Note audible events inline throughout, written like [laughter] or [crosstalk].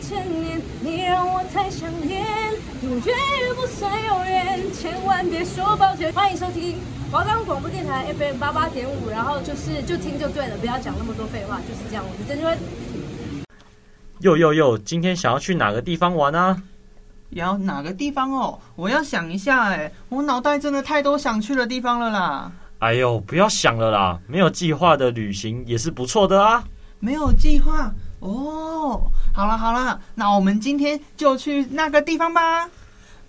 千年，你让我太想念，永远不算永远，千万别说抱歉。欢迎收听华冈广播电台 FM 八八点五，然后就是就听就对了，不要讲那么多废话，就是这样。我是郑钧，又又又，今天想要去哪个地方玩啊？也要哪个地方哦？我要想一下哎，我脑袋真的太多想去的地方了啦。哎呦，不要想了啦，没有计划的旅行也是不错的啊。没有计划哦。好了好了，那我们今天就去那个地方吧。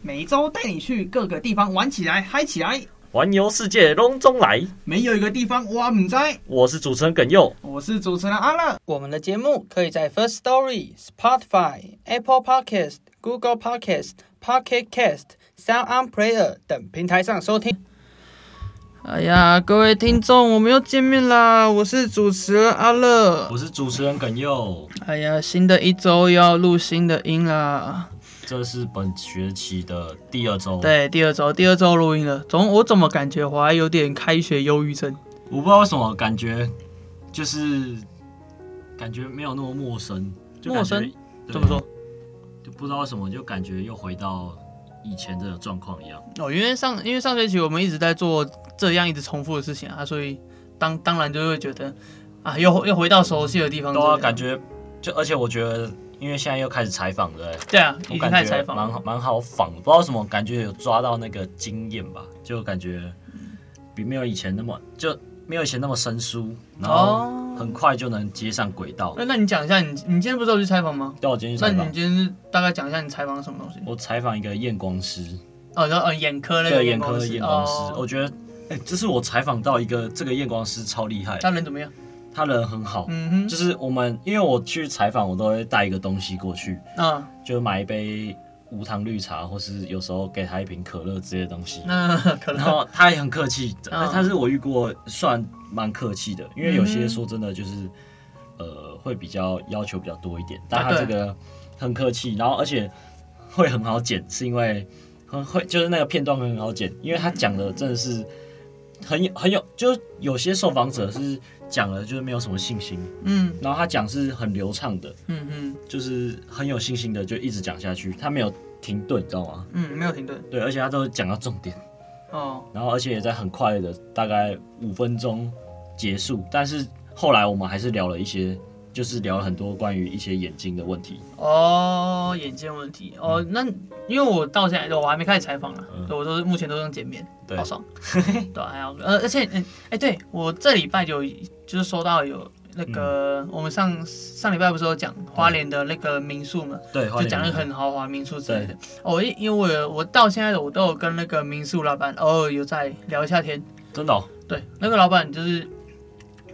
每周带你去各个地方玩起来，嗨起来！环游世界隆中来，没有一个地方我唔知。我是主持人耿佑。我是主持人阿乐，我们的节目可以在 First Story、Spotify、Apple Podcast、Google Podcast、Pocket Cast、Sound On Player 等平台上收听。哎呀，各位听众，我们又见面啦！我是主持人阿乐。我是主持人耿佑，哎呀，新的一周又要录新的音啦。这是本学期的第二周。，对，第二周，第二周录音了。总我怎么感觉我还有点开学忧郁症？我不知道为什么感觉就是感觉没有那么陌生，就感觉陌生对这么说？就不知道为什么就感觉又回到以前的状况一样。哦，因为上因为上学期我们一直在做这样一直重复的事情啊，所以当当然就会觉得啊，又又回到熟悉的地方这对样。啊，感觉就而且我觉得，因为现在又开始采访了。对啊，我已经感开始觉采访了。蛮蛮好仿，不知道为什么，感觉有抓到那个经验吧，就感觉比没有以前那么就没有以前那么生疏，然后哦很快就能接上轨道。那那你讲一下你你今天不是有去采访吗？对，我今天去那采你访，今天是大概讲一下你采访什么东西？我采访一个验光师，哦，然后呃眼科那个对，眼科的验光师，哦我觉得。哎、这是我采访到一个这个验光师超厉害，他人怎么样？他人很好。嗯就哼，是我们，因为我去采访，我都会带一个东西过去，啊，就买一杯无糖绿茶，或是有时候给他一瓶可乐之类的东西。那可然能 [laughs] 后他也很客气，嗯他是我遇过算蛮客气的，因为有嗯些哼说真的就是，呃，会比较要求比较多一点，但他啊对这个很客气，然后而且会很好剪，是因为很会就是那个片段会很好剪，因为他讲的真的是很有很有，就是有些受访者是讲了就是没有什么信心，嗯然后他讲是很流畅的，嗯嗯就是很有信心的就一直讲下去，他没有停顿，你知道吗？嗯，没有停顿对，而且他都讲到重点。哦，然后而且也在很快的大概五分钟结束，但是后来我们还是聊了一些，就是聊了很多关于一些眼睛的问题。哦，眼见问题哦，那因为我到现在我还没开始采访啊，嗯对我都是目前都是用剪面，对好爽， [laughs] 对，还好，呃，而且嗯，哎、对我这礼拜有就是收到有那个、嗯我们上上礼拜不是有讲花莲的那个民宿嘛，对，花就莲讲那民个宿很豪华民宿之类的。哦，因因为我我到现在的我都有跟那个民宿老板偶尔有在聊一下天。真的、哦，对，那个老板就是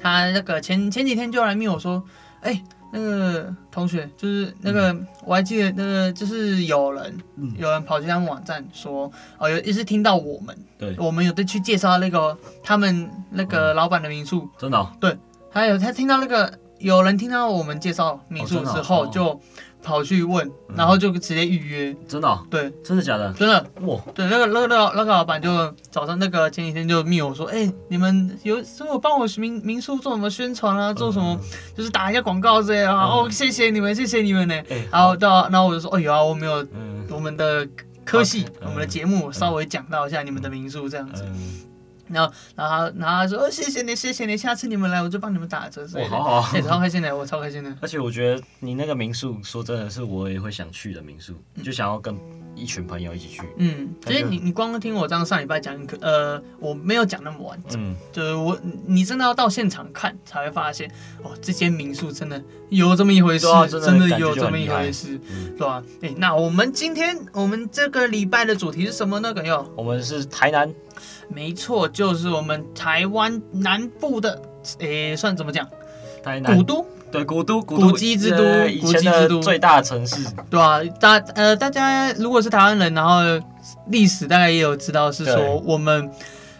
他那个前前几天就来密我说，哎、那个同学就是那个、我还记得那个就是有人、嗯有人跑去他们网站说，哦，有也是听到我们，对嗯我们有的去介绍那个他们那个老板的民宿，真的、哦，还有他听到那个有人听到我们介绍民宿哦真的哦之后，哦嗯就跑去问，然后就直接预约，真的、哦，对，真的假的？真的。哇，对，那个那个那个那个老板就早上那个前几天就密我说，哎、你们有说我帮我民民宿做什么宣传啊，做什么、就是打一下广告之类的啊，嗯哦，谢谢你们，谢谢你们呢。哎、然后到然后我就说，哦，有啊，我们有嗯，我们的科系 OK，，嗯我们的节目稍微讲到一下你们的民宿这样子。嗯，然后然后他然后他说，哦，谢谢你，谢谢你，下次你们来我就帮你们打折之类哇，的。好 [laughs] 好哎、哦。超开心的，我超开心的。而且我觉得你那个民宿，说真的是我也会想去的民宿，就想要跟一群朋友一起去。嗯，其感实觉你你光听我这样上礼拜讲，你可呃，我没有讲那么完整，嗯，就是我你真的要到现场看才会发现，哦，这间民宿真的有这么一回事，对啊真真的的感觉有就这很么一厉害回事，嗯对吧、哎、那我们今天我们这个礼拜的主题是什么呢？葛佑？我们是台南，没错，就是我们台湾南部的，诶、算怎么讲，台南古都。对古都，古都古迹之都呃以古前迹之的都最大的城市。对啊，大呃，大家如果是台湾人，然后历史大概也有知道，是说对我们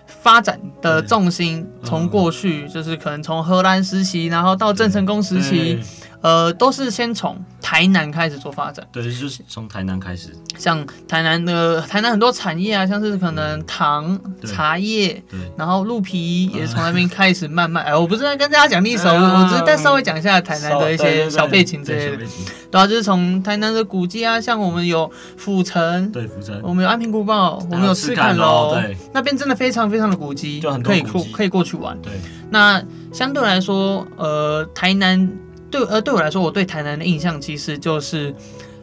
发展的重心从嗯过去、就是可能从荷兰时期，然后到郑成功时期，呃，都是先从台南开始做发展。对，就是从台南开始，像台南的台南很多产业啊，像是可能糖、对茶叶，对，然后鹿皮也从那边开始慢慢。哎，我不是在跟大家讲历史，我我只是再稍微讲一下台南的稍对对一些对小背景之对类的小。背景对啊，就是从台南的古迹啊，像我们有府城，对，福我州们有安平古堡，我们有赤坎楼，还有赤坎楼对，那边真的非常非常的古迹，就很多可以古过迹可以过去玩。对，那相对来说，呃，台南对呃对我来说，我对台南的印象其实就是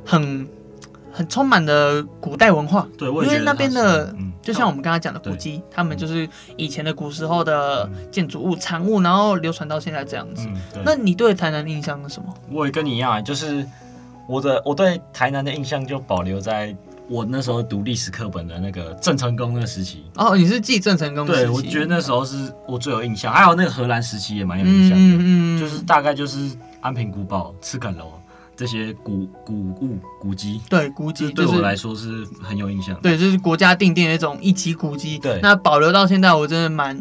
很很充满了古代文化，对，因我也觉为得那它边是的。嗯，就像我们刚刚讲的古迹，他们就是以前的古时候的建筑物、产物，然后流传到现在这样子。嗯，对。那你对台南的印象是什么？我也跟你一样，就是我的我对台南的印象就保留在我那时候读历史课本的那个郑成功那个时期。哦，你是继郑成功时期对，我觉得那时候是我最有印象，还有那个荷兰时期也蛮有印嗯象的，嗯嗯，就是大概就是安平古堡、赤坎楼这些古古物古迹，对古这迹，对就是我来说是很有印象的。对，就是国家定定的一种一级古迹。对那保留到现在，我真的蛮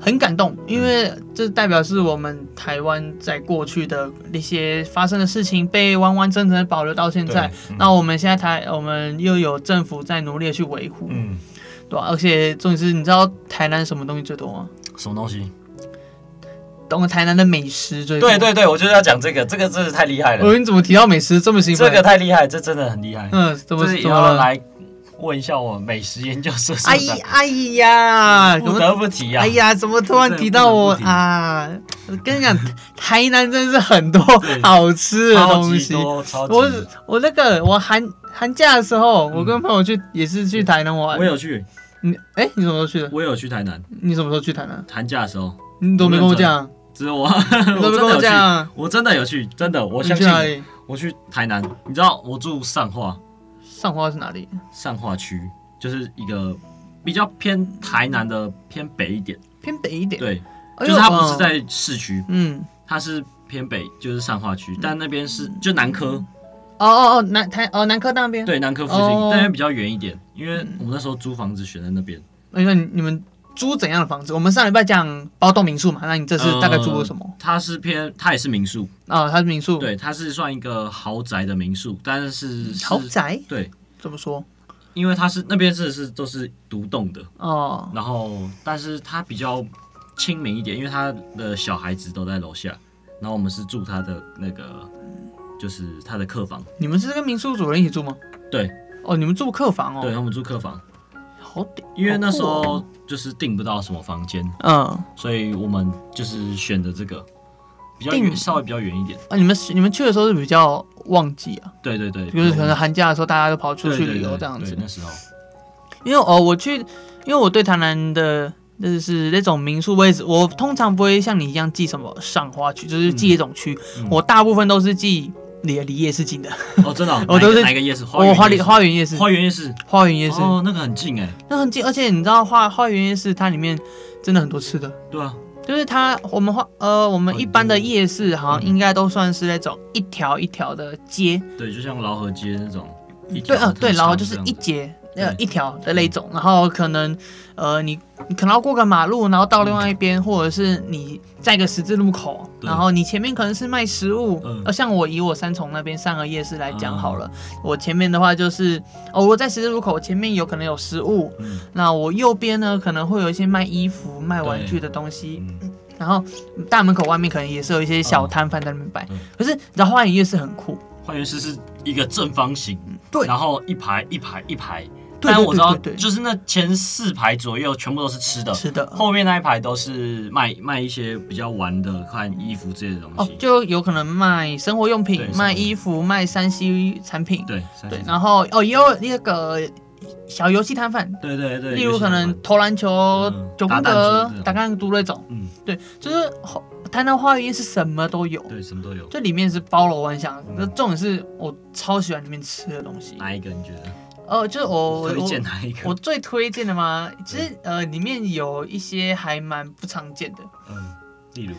很感动，因为这代表是我们台湾在过去的那些发生的事情被完完整整的保留到现在对。嗯那我们现在台，我们又有政府在努力的去维护，嗯，对吧、而且重点是，你知道台南什么东西最多吗？什么东西？懂台南的美食最多。对。对对，我就是要讲这个，这个真的太厉害哦，了，你怎么提到美食这么兴奋？这个太厉害，这真的很厉害。嗯，怎么这是怎也么要了？来问一下我美食研究社社哎长呀，哎呀，嗯怎不么得不提呀、啊哎呀，怎么突然提到我不得不提啊？我跟你讲，台南真是很多 [laughs] 对好吃的超东级西。多，超级我我那个我寒寒假的时候，我跟朋友去也是去台南玩我。有去，你哎、你什么时候去的？我有去台南你什么时候去台南？寒假的时候，你都没跟我讲，只有我， [laughs] 你都 [laughs] 我真没跟的我有去，讲。我真的有去，真的，我你相去信哪你里？我去台南，你知道我住上化，上花是哪里？上化区就是一个比较偏台南的偏北一点，偏北一点。对，哎就呦，是它不是在市区，嗯。它是偏北，就是上化区，但那边是就南科，哦哦哦，南台哦南科那边。。对，南科附近，哦那边比较远一点，因为我们那时候租房子选在那边，哎那你你们租怎样的房子？我们上礼拜讲包栋民宿嘛，那你这次呃大概租了什么？它是偏，它也是民宿，啊，它是民宿。。对，它是算一个豪宅的民宿，但是是豪宅对，怎么说？因为它是那边是是都是独栋的，哦，然后但是它比较亲民一点，因为他的小孩子都在楼下，然后我们是住他的那个就是他的客房，你们是跟民宿主人一起住吗？对。哦，你们住客房哦。对，，我们住客房，好屌。因为那时好酷候哦就是订不到什么房间，嗯，所以我们就是选的这个比较订远，稍微比较远一点，啊，你们你们去的时候是比较旺季啊，对对对，就是可能寒假的时候大家都跑出去旅游这样对子对。那时候因为哦，我去，因为我对台南的。就是那种民宿位置，我通常不会像你一样记什么上花区，就是记一种区。嗯我大部分都是记离离夜市近的，哦，真的哦， [laughs] 我都是哪一个哪一个夜市？我园花里夜市花园花园夜市，夜市，花园夜市、哦，那个很近哎，那很近，而且你知道花花园夜市它里面真的很多吃的，对啊，就是它，我们花呃，我们一般的夜市好嗯像应该都算是那种一条一条的街，对，就像劳合街那种，一条对，呃，很对，然后长就是这样一子节呃对一条的那种，然后可能呃你你可能要过个马路，然后到另外一边，或者是你在一个十字路口，对然后你前面可能是卖食物，嗯呃，像我以我三重那边上河夜市来讲好了，我前面的话就是哦我在十字路口前面有可能有食物，嗯那我右边呢可能会有一些卖衣服、卖玩对具的东西，嗯然后大门口外面可能也是有一些小摊贩在那边摆，嗯可是你知道花园夜市很酷，花园市是一个正方形，嗯对然后一排一排一排，对但我知道对对对对就是那前四排左右全部都是吃的，吃的后面那一排都是卖卖一些比较玩的，看衣服这些东哦西，，就有可能卖生活用对品、卖生活用衣服、卖山西产品，对三对十，然后哦也有那个小游戏摊贩，对对对，例如有些可玩能投篮球嗯、九打宫格弹珠这、种打弹珠那种，嗯，对，就是后台南花园夜市什么都有，对什么都有，这里面是包罗万象。嗯那重点是我超喜欢里面吃的东西，哪一个你觉得？呃，就是我我哎推荐我哪一个？我最推荐的嘛，其实呃里面有一些还蛮不常见的，嗯，例如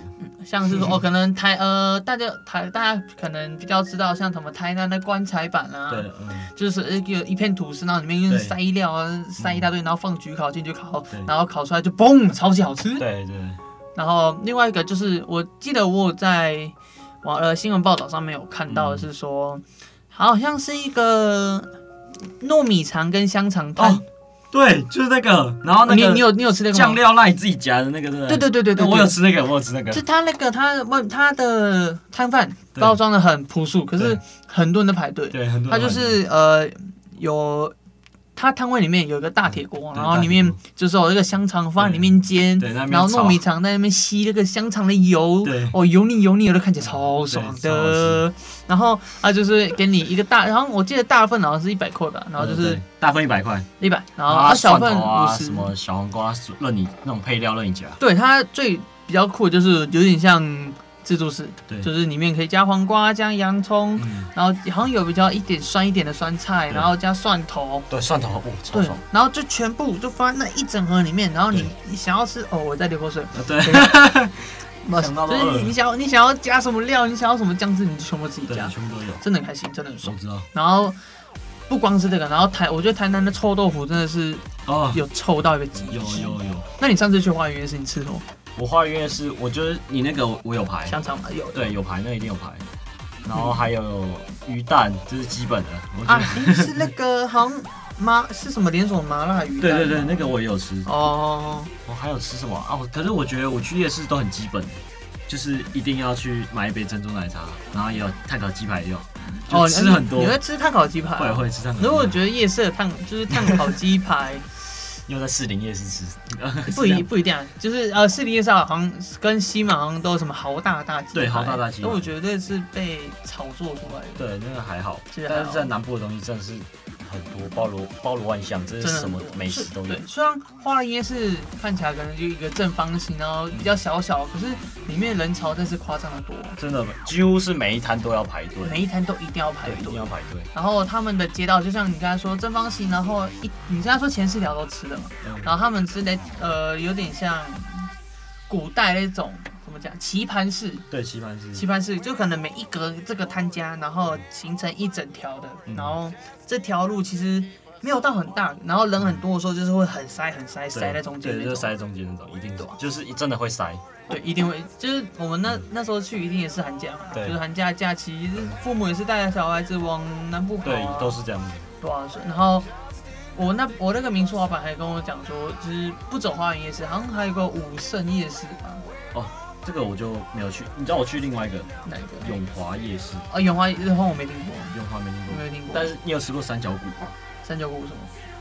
像是说哦，可能台呃，大家台大家可能比较知道，像什么台南的棺材板啊，对，嗯，就是呃有一片土司，然后里面用对塞料啊，塞一大堆，然后放焗烤进去烤对，然后烤出来就嘣，超级好吃。对对，然后另外一个就是，我记得我有在网呃新闻报道上面有看到的是说，好像是一个糯米肠跟香肠摊。哦对，就是那个，然后那你你个有你有吃那个吗酱？料赖自己夹的那个，对不对对对对对，我有吃那个，我有吃那个就。他那个他问他的摊贩对包装的很朴素，可是对很多人在排队。对，很多他人就是呃有。他摊位里面有一个大铁锅，嗯对然后里面大铁就是有一个香肠放在里对面煎，对那边然后炒糯米肠在那边吸那个香肠的油对，嗯哦油腻油腻的，看起来超爽对超好的吃。然后啊就是给你一个大，然后我记得大份好像是一百块吧，然后就对是对大份一百块，一百，然然后后它啊小蒜头份五啊，十什。么小黄瓜，任你那种配料任你夹。对，它最比较酷的就是有点像自助式，对，就是里面可以加黄瓜、加洋葱，嗯，然后好像有比较一点酸一点的酸菜，对然后加蒜头。对，蒜头，哇，超对爽。，然后就全部就放在那一整盒里面，然后你对你想要吃哦，我在流口水，啊对，不是想到就都是饿你了你想要你想要加什么料，你想要什么酱汁，你就全部自 [laughs] 己对嗯加，，全部都有。真的很开心，真的很爽我。知道然后不光是这个，然后台我觉得台南的臭豆腐真的是哦，有臭到一个极有致。有有。那你上次去花园夜市你吃什么我花园是，我就是你那个我我有排，香肠吗？有哎对，有排，那一定有排。然后还有鱼蛋，这是基本的。我觉啊得，诶是那个好像麻是什么连锁麻辣鱼对蛋对对，吗那个我也有吃。哦，我还有吃什么啊？我可是我觉得我去夜市都很基本的，就是一定要去买一杯珍珠奶茶，然后也有碳烤鸡排也有，就哦，吃很多。你会吃碳烤鸡排会啊？会吃碳烤鸡排。可是我觉得夜市的碳就是碳烤鸡排又在士林夜市吃，不一不一定啊，就是呃士林夜市好像跟西马好像都有什么豪大大鸡排，对豪大大鸡排但我觉得是被炒作出来的， [laughs] 对那个还好，其实还好但是在南部的东西真的是很多，包罗包罗万象，真真的是的很什么多美食都有对，。虽然花莲夜市看起来可能就一个正方形，然后比较小小，可是里面人潮真是夸张的多，真的几乎是每一摊都要排队，每一摊都一定要排对一队定。要排队。然后他们的街道就像你刚才说正方形，然后一你刚才说前四条都吃的嘛，嗯然后他们吃的呃有点像古代那种怎么讲棋盘式，对，棋盘是棋盘式就可能每一格这个摊家，然后形成一整条的，嗯然后这条路其实没有到很大，然后人很多的时候就是会很塞很塞塞在中间对，那就种，塞在中间那种，一定对啊就是真的会塞。对，一定会，就是我们那那时候去一定也是寒假嘛，就对是寒假假期，父母也是带着小孩子往南部跑、对啊，，都是这样子。多少啊岁？然后我那我那个民宿老板还跟我讲说，就是不走花园夜市，好像还有个武圣夜市吧？这个我就没有去，你知道我去另外一个哪一个？永华夜市，啊，永华日后我没听过，永华没听我没过，有听过。但是你有吃过三角骨？三角骨什么？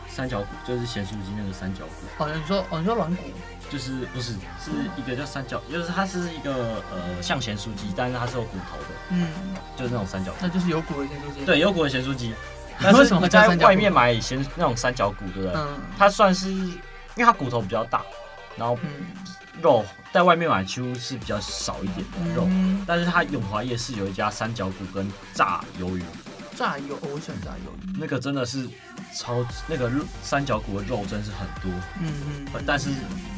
三角骨就是咸酥鸡那个三角骨，哦，你说哦，你说软骨？就是不是是一个叫三角，就是它是一个呃像咸酥鸡，但是它是有骨头的，嗯，就是那种三角骨。那就是有骨的先出现。，对，有骨的咸酥鸡， [laughs] 但为是什么你会叫在三角骨外面买咸那种三角骨，对不对？嗯它算是因为它骨头比较大，然后嗯肉在外面买几乎是比较少一点的肉。嗯，但是它永华夜市有一家三角骨跟炸鱿鱼，炸油，哦我喜欢炸油。那个真的是超那个肉三角骨的肉真是很多，嗯嗯，哦但是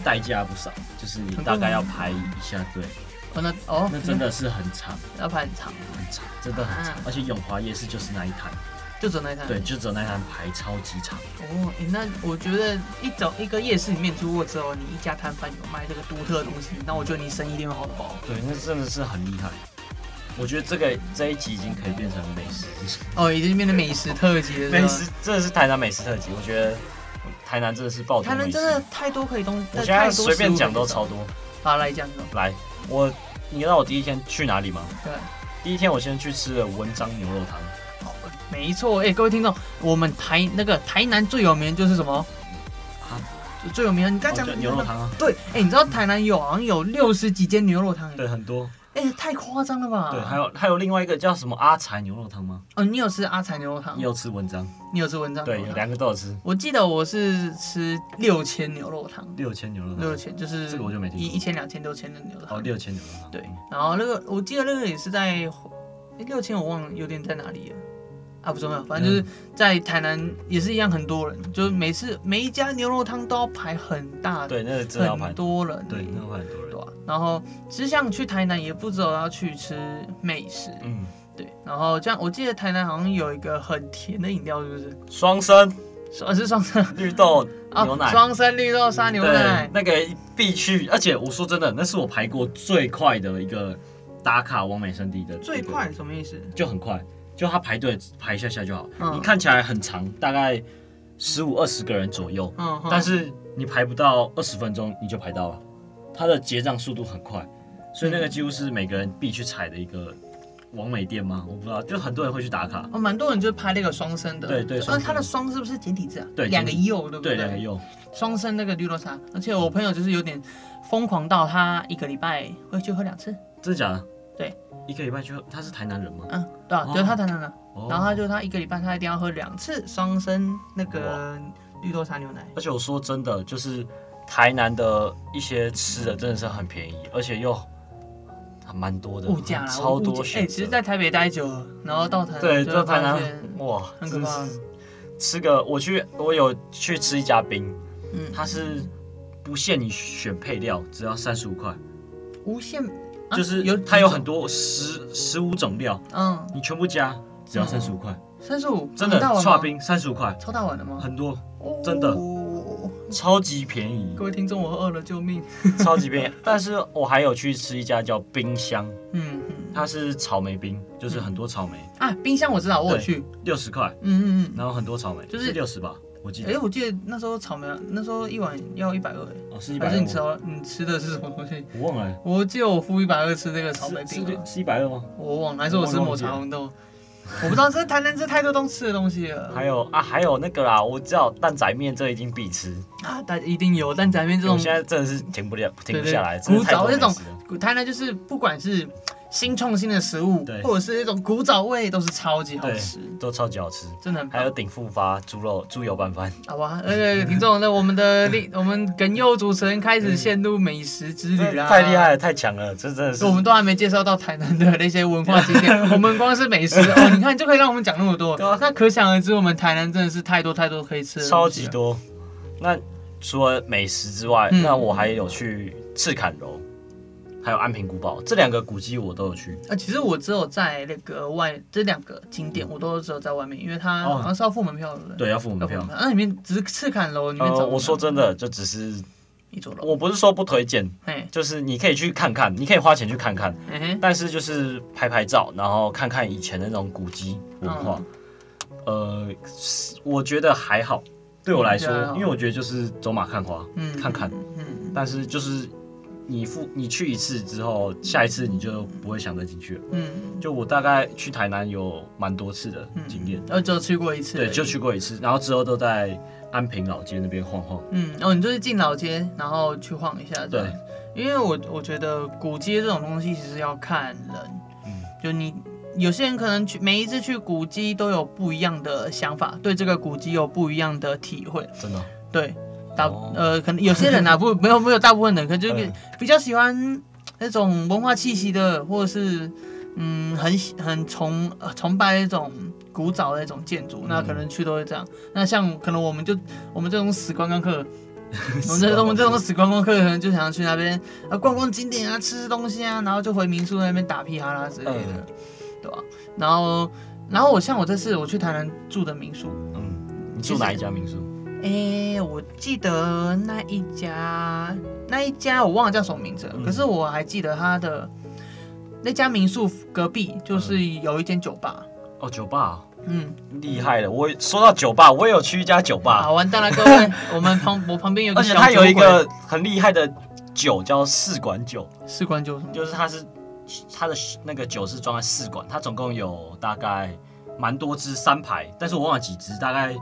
代价不少，就是你大概要排一下队，哦那哦，那真的是很长要排很长，很长，真的很长啊。而且永华夜市就是那一摊，就走那一摊。对，就只有那一摊排超级长。哦，诶那我觉得一走一个夜市里面，如果只有你一家摊贩有卖这个独特的东西，那我觉得你生意一定会好到爆。对，那真的是很厉害。我觉得这个这一集已经可以变成美食，哦，已经变成美食特辑了。是吧美食，真的是台南美食特辑。我觉得台南真的是爆台点美食，南真的太多可以东，我现太在多食物随便讲可以都找超。多。好，来讲吧。来，我你知道我第一天去哪里吗？对，第一天我先去吃了文章牛肉汤，好，没错。哎、各位听众，我们台那个台南最有名的就是什么？啊就最有名的，你刚才哦讲就的牛肉。汤啊，对，哎、你知道台南有好像有六十几间牛肉汤，对，很多。哎、太夸张了吧？对，还有还有另外一个叫什么阿财牛肉汤吗？哦，你有吃阿财牛肉汤你，有吃文章？啊你有啊吃文章牛对肉，汤？两个都有吃。我记得我是吃六千牛肉汤，六千牛肉六汤，千就是这个我就没听一过一千、两千、六千的牛肉汤。哦，六千牛肉汤。对，然后那个我记得那个也是在诶六千，我忘了有点在哪里了。啊，不重嗯要，反正就是在台南也是一样，很多人，就是每次每一家牛肉汤都要排很大，对，那个真的要排很，多人，对，嗯那个排很多人对。啊然后其实像去台南也不只有要去吃美食，嗯，对，然后这样我记得台南好像有一个很甜的饮料，是不是？双生是啊是双生绿豆啊牛，奶，嗯双生绿豆沙牛奶对，，那个必去。而且我说真的，那是我排过最快的一个打卡完美圣地的最一个快什么意思？就很快，就他排队排一下下就好。嗯你看起来很长，大概十五二十个人左右，嗯，但是你排不到二十分钟你就排到了，它的结账速度很快，所以那个几乎是每个人必去踩的一个完美店吗？我不知道，就很多人会去打卡。哦，蛮多人就拍那个双生的，对对双那生它的双是不是简体字啊？对两个右，对不对，对？两个用，双生那个绿豆沙，而且我朋友就是有点疯狂到他一个礼拜会去喝两次，真的假的？对，一个礼拜去喝，他是台南人吗？嗯，对啊，哦就是他谈谈的，哦然后他就他一个礼拜他一定要喝两次双生那个绿豆沙牛奶，而且我说真的，就是台南的一些吃的真的是很便宜，而且又还蛮多的，物价啦，超物多价哎、选其实，择。在台北待久了，然后到台南对，就就会发台南现哇，很可真的怕是吃个我去，我有去吃一家冰，嗯，它是不限你选配料，只要三十五块，无限，啊就是有它有很，多十十五种料，嗯，你全部加只要三十五块，三十五，真的嗯大碗串吗？冰三十五块，超大碗的吗？很多真的哦超级便宜各，位听众，我饿了，救命！超级便宜。但是我还有去吃一家叫冰箱，嗯嗯它是草莓冰，就是很多草莓，啊，冰箱我知道，我有对去。六十块，嗯嗯嗯。然后很多草莓，就是六十吧，我记哎、得。我记得那时候草莓，那时候一碗要一百二，哦，是一还百是二你吃，到你吃的是什么东西？我忘了欸，我记得我付一百二吃那个草莓是冰是啊，是一百二吗？我忘了，还是我吃抹茶红豆？我不知道，这台南这太多东西吃的东西了还有啊，还有那个啦，我知道蛋仔面这已经必吃，啊！但一定有蛋仔面这因为种我现在真的是停不了，停对不对下来，真古的太早多那美种食了。古台南就是不管是新创新的食物，对或者是那种古早味，都是超级好对吃，都超级好吃。真的很还棒有。鼎富发猪肉猪油拌饭，好吧，那个听众，那我们的 [laughs] 另我们梗佑主持人开始陷入美食之旅啦，嗯太厉害了，太强了，这真的是我们都还没介绍到台南的那些文化 [laughs] 景点，我们光是美食哦，你看就可以让我们讲那么多对啊。那可想而知，我们台南真的是太多太多可以吃的，啊超级。多。那除了美食之外，嗯那我还有去赤坎楼，还有安平古堡这两个古迹我都有去。啊，其实我只有在那个外这两个景点，我都只有在外面，因为它哦好像是要付门票的。对，要付要门付门票票。。啊那里面只是赤坎楼嗯里面找呃，不到，我说真的，就只是一座楼，我不是说不推荐，哎就是你可以去看看，你可以花钱去看看，哎嘿，但是就是拍拍照，然后看看以前的那种古迹文嗯化。呃，我觉得还好，对我来说你觉得还，好因为我觉得就是走马看花，嗯看看。嗯但是就是你付你去一次之后，下一次你就不会想再进去了。嗯，就我大概去台南有蛮多次的经验，然后哦只有去过一次而已，对，就去过一次，然后之后都在安平老街那边晃晃。嗯，哦，你就是进老街，然后去晃一下，对吧，因为我我觉得古街这种东西其实要看人，嗯就你有些人可能去每一次去古迹都有不一样的想法，对这个古迹有不一样的体会，真的哦，对，大、哦呃，可能有些人 [laughs] 啊不没有没有大部分人，可能就是嗯比较喜欢那种文化气息的，或者是嗯很喜很崇、呃、崇拜那种古早的那种建筑，嗯那可能去都会这样。那像可能我们就我们这种死观光客。我们这我们这种死观光客，可能就想要去那边啊逛逛景点啊，吃吃东西啊，然后就回民宿那边打屁哈啦之类的，嗯对吧、然后，然后我像我这次我去台南住的民宿，嗯，你住哪一家民宿？诶，我记得那一家那一家我忘了叫什么名字了，嗯可是我还记得它的那家民宿隔壁就是嗯有一间酒吧。哦，酒吧嗯，厉害了！我说到酒吧，我也有去一家酒吧好，，完 [laughs] 蛋了，各位，我们旁我旁边有个啊而且小它酒有鬼，一个很厉害的酒叫试管酒，士官酒什么，就是它是它的那个酒是装在试管，它总共有大概蛮多支三排，但是我忘了几支，大概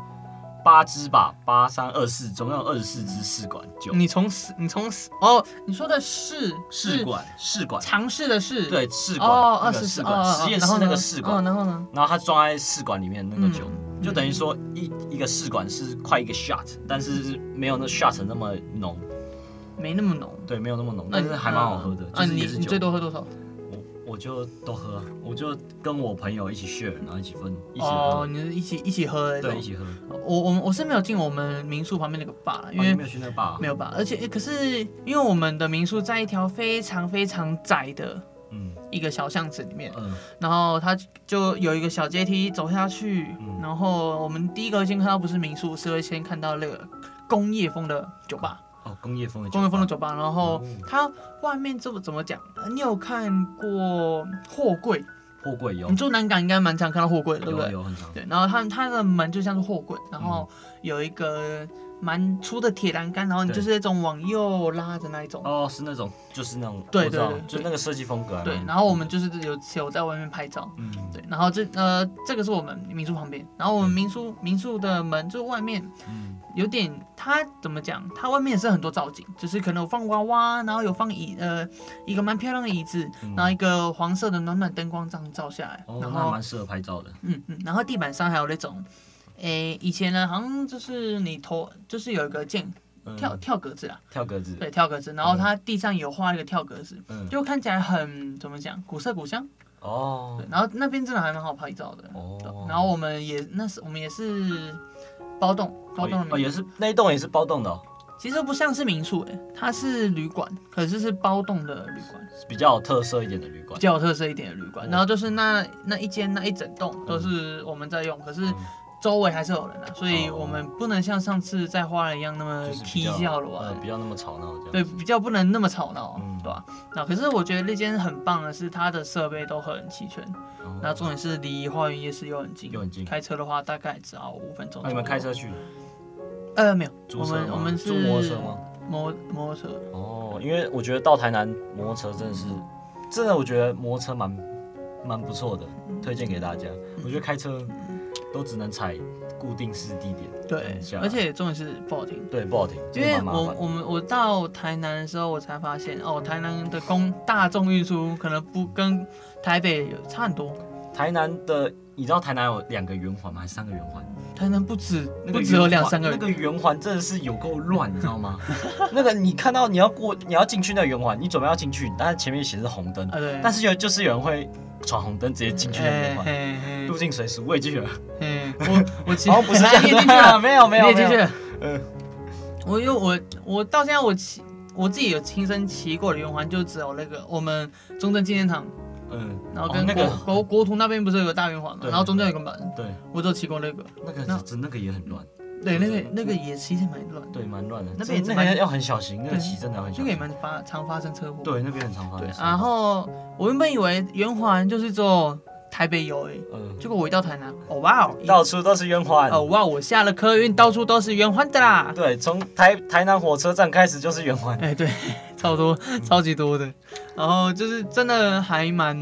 八支吧，八三二四，总共有二十四支试管酒。你从死你从死哦，你说的是试是管，试管，尝试的是对，试管，哦，那二个十试四管，哦，实验然室后那个呢试哦，管，然后呢，然后它装在试管里面那个酒，嗯就等于说一一个试管是快一个 shot，但是没有那 shot 那么浓，没那么浓，对，没有那么浓，那但你是还蛮好喝的，啊，就是你也是你酒最。多喝多少？我我就都喝，啊我就跟我朋友一起 share，然后一起分，一起喝，哦，你是一起一起喝的那对，种一。起喝。我我们我是没有进我们民宿旁边那个坝了，因因为、为哦没有去那个吧？没有坝，而且可是因为我们的民宿在一条非常非常窄的嗯一个小巷子里面，嗯，然后它就有一个小阶梯走下去，嗯然后我们第一个先看到不是民宿，是会先看到那个工业风的酒吧，哦，工业风的工业风的酒酒吧，然后嗯它外面这怎么讲？呃你有看过货柜？吧货柜有你住南港应该蛮常看到货柜的，对不有对？有很长，对，然后它它的门就像是货柜，然后有一个蛮粗的铁栏杆，然后你对就是那种往右拉的那一种。哦，是那种就是那种对我知道对对就是那个设计风格啊对，然后我们就是有有在外面拍照。嗯对，然后这呃，这个是我们民宿旁边，然后我们民宿民宿的门就外面嗯有点，它怎么讲？它外面也是很多造景，就是可能有放娃娃，然后有放椅，呃，一个蛮漂亮的椅子，嗯然后一个黄色的暖暖灯光这样照下来，哦，然那后蛮适合拍照的，嗯嗯，然后地板上还有那种，诶，以前呢好像就是你头就是有一个剑嗯跳跳格子啊，跳格子，对，跳格子，然后它地上有画一个跳格子，嗯，就看起来很怎么讲，古色古香。哦对，然后那边真的还蛮好拍照的。哦对然后我们也那时我们也是包栋，包栋的哦民也是那一栋也是包栋的哦，其实不像是民宿诶、欸它是旅馆，可是是包栋的旅馆，是比较有特色一点的旅比馆，较有特色一点的旅馆。哦然后就是那那一间那一整栋都是我们在用，嗯可是周围还是有人啊，所以哦我们不能像上次在花莲一样那么就是踢比较笑了吧呃？比较那么吵闹这对，样，比较不能那么吵闹，啊嗯对吧、那可是我觉得那间很棒的是，它的设备都很齐全，哦那重点是离花园夜市又很近，又很近开车的话大概只要五分钟。那你们开？车去呃，没有，租我车们吗我们是租摩托车吗？摩摩托车，哦，因为我觉得到台南摩托车真的是，真的我觉得摩托车蛮蛮不错的，嗯推荐给大家。我觉得开车都只能踩固定式地点，对等一，下而且重点是不好听。对不好停，真因的为蛮麻我烦。我们我到台南的时候，我才发现哦，台南的公大众运输可能不跟台北有差很多，台南的，你知道台南有两个圆环吗？还是三个圆环？台南不止那个不只有圆两环三个那人个，圆环真的是有够乱，你知道吗？ [laughs] 那个你看到你要过，你要进去那个圆环，你准备要进去，但是前面显示红灯，啊对，但是有就是有人会闯红灯直接进去那个圆哎环，嘿嘿入境随俗，我也进去了。嘿，我我 [laughs] 其实哦好像不 [laughs] 是这样你也进去了的，没有没有你也没进有，去。嗯嗯，我因为我我到现在我骑我自己有亲身骑过的圆环，就只有那个我们中正纪念堂，嗯，然后哦跟那国、个国国图那边不是有个大圆环嘛，对然后中间有一个门，对，我就骑过那个。那个那真那个也很乱，对，那对个那个也其实蛮乱的，对，蛮乱的。那真边也那蛮个要很小心，那个对骑真的要很那小个也心。蛮发常发生车祸。对，那边很常发对生。，然后我原本以为圆环就是只有台北有诶，嗯，结果我一到台南，哦哇哦，到处都是圆环。哦哇，我下了客运到处都是圆环的啦。对，从台台南火车站开始就是圆环。哎、对， [laughs] 超多，超级多的。然后就是真的还蛮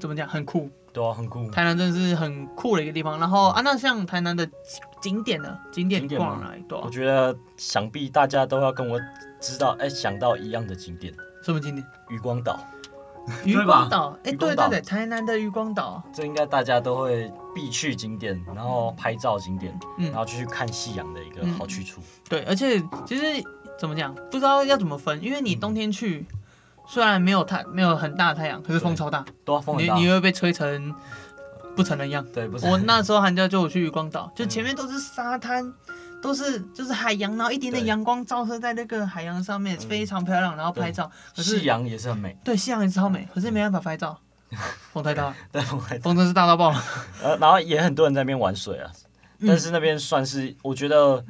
怎么讲，很酷。对啊，很酷。台南真的是很酷的一个地方。然后啊，那像台南的景景点呢，景点景点逛吗来对、我啊，觉得想必大家都要跟我知道，哎，想到一样的景点，什么景点？渔光岛，渔吧光岛。哎、渔光对岛对对，台南的渔光岛。这应该大家都会必去景点，然后拍照景点，嗯然后去看夕阳的一个好去处。对，而且其实怎么讲，不知道要怎么分，因为你嗯冬天去，虽然没有太没有很大的太阳，可是风对超大，对啊，风很你大。你会被吹成不成人样。对，不是我那时候寒假就有去渔光岛，就嗯前面都是沙滩，都是就是海洋，然后一点点对阳光照射在那个海洋上面，嗯非常漂亮，然后对拍照。可是夕阳嗯也是很美，对夕阳也超美，可是没办法拍照， [laughs] 风太大，对，风很风真是大到爆。呃，然后也很多人在那边玩水啊，嗯但是那边算是我觉得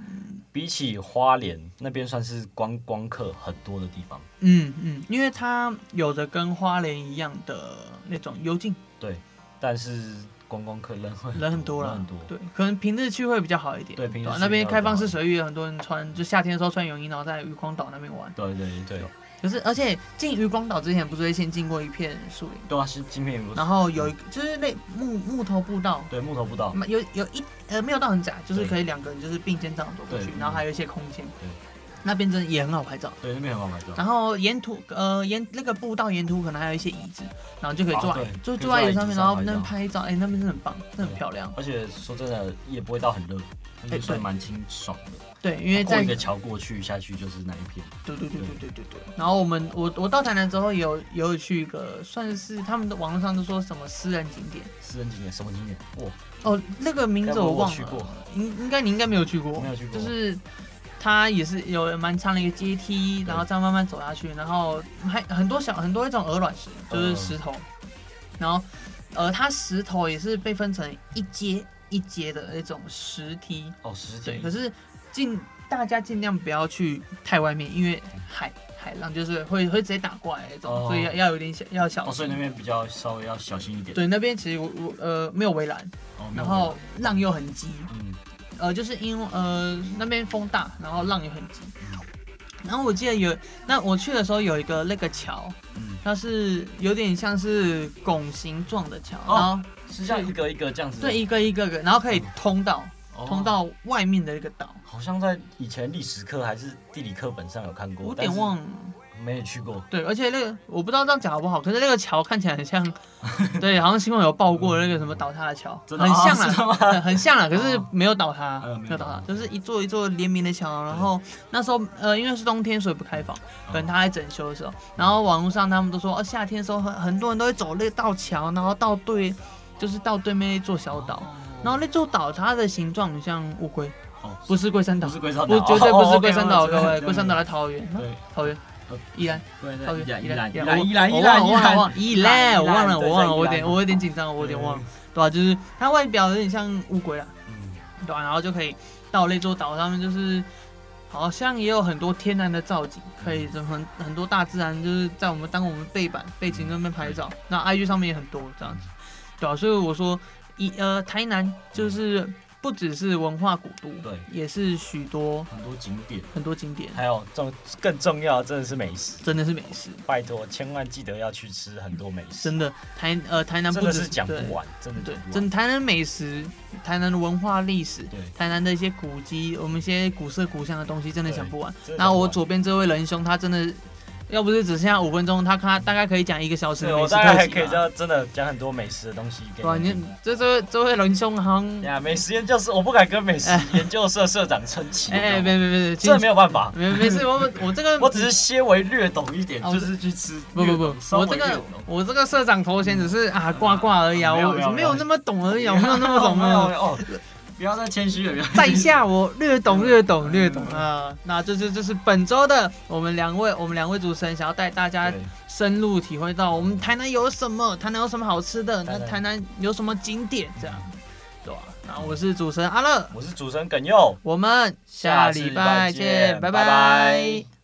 比起花莲那边算是观光客很多的地方。嗯嗯，因为它有着跟花莲一样的那种幽静，对，但是观光客人会人很多人啦很多。，对，可能平日去会比较好一点。对平日吧去那边比较开放好式水域，很多人穿，就夏天的时候穿泳衣，然后在渔光岛那边玩。对对对对，可是，而且进渔光岛之前，不是会先经过一片树林？对啊，是今天也不然后有一嗯嗯个就是那木木头步道，对木头步道，有有一呃没有到很窄，就是对可以两个人就是并肩这样走过去对，然后还有一些空间对，那边真的也很好拍照。对那边很好拍照。然后沿途呃沿那个步道沿途可能还有一些椅子，然后就可以坐在、啊对就可以坐在椅子坐在椅子上面，上然后拍那边照拍照，哎、那边真的很棒，真的很漂亮。而且说真的，也不会到很热，哎也算对蛮清爽的。对，因为过在一个桥过去，下去就是那一片。对对对对对对对。然后我们我我到台南之后也有也有去一个算是他们的网络上都说什么私人景点私人景点什么景点？哇，哦，那个名字该不会我我忘去过了，应应该你应该没有去过，我没有去过就是它也是有蛮长的一个阶梯，然后这样慢慢走下去，然后还很多小很多一种鹅卵石，就是石头，然后呃，它石头也是被分成一阶一阶的那种石梯，哦，实对，景可是进大家尽量不要去太外面，因为海海浪就是会会直接打过来那种，哦所以要要有点小要小哦，所以心。那边比较稍微要小心一点。，对，那边其实我我呃没有围栏，哦、没有然后浪又很急，嗯，呃，就是因为呃那边风大，然后浪也很急。嗯然后我记得有，那我去的时候有一个那个桥，嗯它是有点像是拱形状的桥，哦然后是这样一个一个这样子。对，一个一个个，然后可以通到、哦通到外面的一个岛，好像在以前历史课还是地理课本上有看过，我有点但是忘了。没有去过。对，而且那个我不知道这样讲好不好，可是那个桥看起来很像，对，好像新闻有报过那个什么倒塌的桥，嗯真很的哦 [laughs] 像是啦吗，很很像啊啦，可是哦没有倒塌嗯，没没有有倒倒塌塌，嗯就是一座一座连绵的桥。然后那时候呃，因为是冬天，所以不开放，可能他在整修的时候，然后网络上他们都说，哦，夏天的时候很很多人都会走那道桥，然后到对，就是到对面那座小岛。然后那座岛它的形状很像乌龟，哦不是龟山岛，不是龟山岛不绝对哦不是，OK，龟山岛，我知道各位，对龟山岛在桃园，对，桃园呃，宜兰。对哦对，依然依然依我然依然依我忘了然我依忘了然忘了依然，我忘了对我忘在了，宜我有点兰哦我有点紧张，我有点忘了，对吧、就是它外表有点像乌龟啦，嗯对啊吧、然后就可以到那座岛上面，就是好像也有很多天然的造景，可以嗯什么很很多大自然就是在我们当我们背板背景那边拍照，嗯那 IG 上面也很多这样子，对吧、啊所以我说一呃台南就是不只是文化古都，嗯对也是许多很多景点，很多景点，还有重更重要的真的是美食，真的是美食。拜托千万记得要去吃很多美食，真的台呃台南真不的只是讲对不完，真的对讲，不真完。台南美食、台南的文化历史、对台南的一些古迹，我们一些古色古香的东西，真的对讲不完。真的讲然后不我完左边这位仁兄，他真的要不是只剩下五分钟，他看他大概可以讲一个小时对的我美食大概还特可辑以吧。道真的讲很多美食的东西给对吧？你你听。这这位这位仁兄好像呀，美食研究室，我不敢跟美食研究社社长称气，哎哎，你知道吗别别别，真的没有办法。没没事，我我这个 [laughs] 我只是些微略懂一点，哦就是去吃不略不懂。不，稍我微这略个懂我这个社长头衔只是啊挂挂而已啊，嗯没有我没有没没有有那么懂而已啊，我没有那么 [laughs] 懂没而已有啊没有哦，不要再谦虚了，不要再在下我略懂略懂嗯略懂啊、那这就就是本周的我们两位我们两位主持人想要带大家对深入体会到我们台南有什么，台南有什么好吃的，那当然台南有什么景点这样，嗯对吧、那我是主持人阿乐，我是主持人耿佑，我们下下次礼拜再见见，拜拜拜